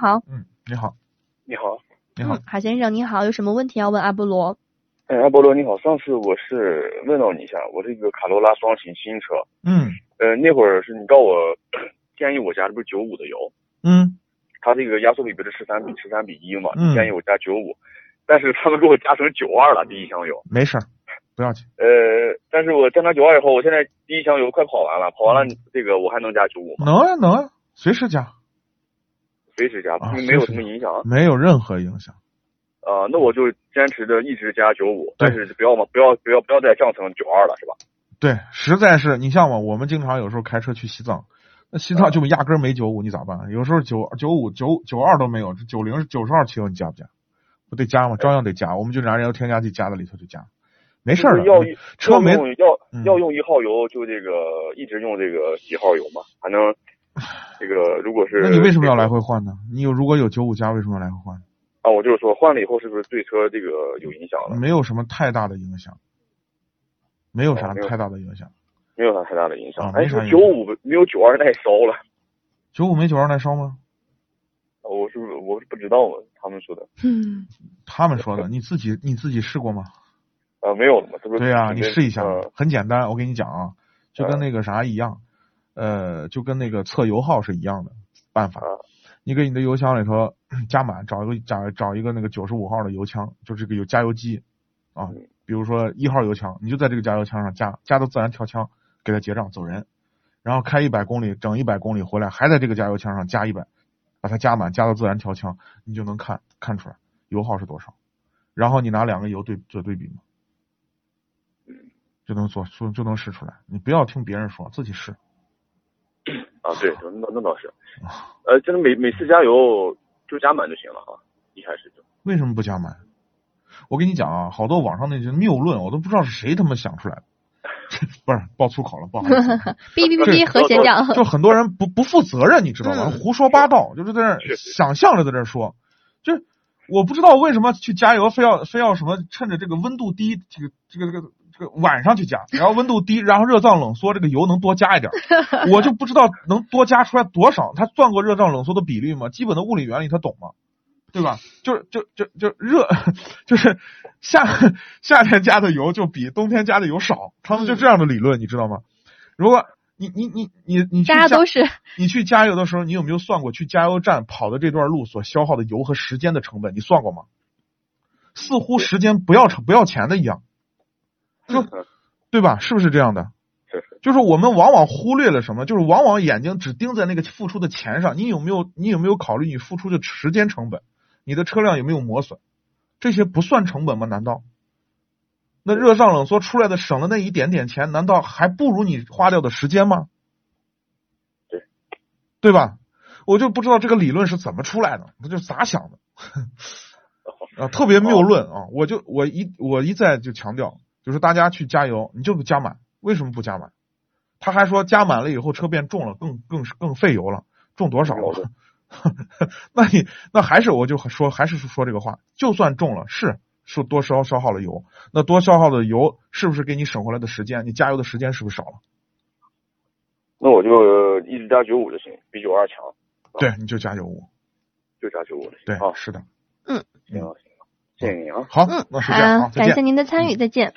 好，嗯，你好，你好，你好嗯，，海先生您好，有什么问题要问阿波罗？哎，阿波罗你好，上次我是问到你一下，我是一个卡罗拉双擎新车，嗯呃，那会儿是你告我 建议我加这不是九五的油，嗯它这个压缩比不是十三比十三比一嘛，嗯你建议我加九五，但是他们给我加成九二了第一箱油，没事儿，不要紧。呃，但是我加成九二以后，我现在第一箱油快跑完了，跑完嗯了这个我还能加九五吗？能啊能啊，随时加，随时加，啊没有什随时么影响没有任何影响。啊、那我就坚持着一直加九五，对但是不要嘛，不要不要不要再降成九二了是吧？对，实在是你像我，我们经常有时候开车去西藏，那西藏就压根儿没九五，你咋办？有时候九九五、九九二都没有，九零、九十二汽油你加不加？不得加吗？照样得加，我们就拿燃油添加剂加到里头就加，没事儿就是要的。车没要用要嗯要用一号油，就这个一直用这个一号油嘛，还能这个如果是那你为什么要来回换呢？你有如果有九五加，为什么要来回换？啊？我就是说换了以后是不是对车这个有影响了？没有什么太大的影响，没有啥哦没有太大的影响。没有啥太大的影响啊。哎没啥，影响九五没有九二耐烧了，九五没九二耐烧吗？我是不是我是不知道嘛？他们说的嗯，他们说的，你自己你自己试过吗？啊，没有了嘛？这不是对呀、你试一下嗯，很简单。我跟你讲啊，就跟嗯那个啥一样，呃，就跟那个测油耗是一样的办法嗯。你给你的油箱里头加满，找一个找找一个那个九十五号的油枪，就是个有加油机啊嗯，比如说一号油枪，你就在这个加油枪上加，加到自然跳枪，给它结账走人。然后开一百公里，整一百公里回来，还在这个加油枪上加一百，把它加满，加到自然调枪，你就能看看出来油耗是多少。然后你拿两个油对做对比嘛，就能做就就能试出来。你不要听别人说，自己试。啊，对，那那倒哦是，呃，真的每每次加油就加满就行了哈，一开始就为什么不加满？我跟你讲啊，好多网上那些谬论，我都不知道是谁他妈想出来的。 不是爆粗口了，不好意思，哔哔哔哔，这和谐讲。 就很多人不不负责任，你知道吗？嗯胡说八道，就是在那儿确实想象着在那儿说，就是我不知道为什么去加油，非要非要什么趁着这个温度低，这个这个这个这个晚上去加，然后温度低，然后热胀冷缩，这个油能多加一点儿，我就不知道能多加出来多少。他算过热胀冷缩的比例吗？基本的物理原理他懂吗？对吧？就是就就就热， 就是夏夏天加的油就比冬天加的油少，他们就这样的理论，你知道吗？如果你你你你你去大家加都是你去加油的时候，你有没有算过去加油站跑的这段路所消耗的油和时间的成本？你算过吗？似乎时间不要成不要钱的一样，就嗯对吧？是不是这样的？是是就是我们往往忽略了什么？就是往往眼睛只盯在那个付出的钱上。你有没有你有没有考虑你付出的时间成本？你的车辆有没有磨损？这些不算成本吗？难道？那热胀冷缩出来的省了那一点点钱，难道还不如你花掉的时间吗？对，对吧？我就不知道这个理论是怎么出来的，他就是咋想的。啊，特别谬论啊！我就我一我一再就强调，就是大家去加油，你就不加满，为什么不加满？他还说加满了以后车变重了，更更更费油了，重多少有的了？ 那你那还是我就说还是说这个话，就算重了，是是多烧消耗了油，那多消耗的油是不是给你省回来的时间？你加油的时间是不是少了？ 那我就一直加九五就行，比九二强，对，你就加油五，就加九五就行。对，啊，是的，行啊行啊，谢谢你啊。好嗯，那是这样，好，好，再感见谢。您的参与，再见。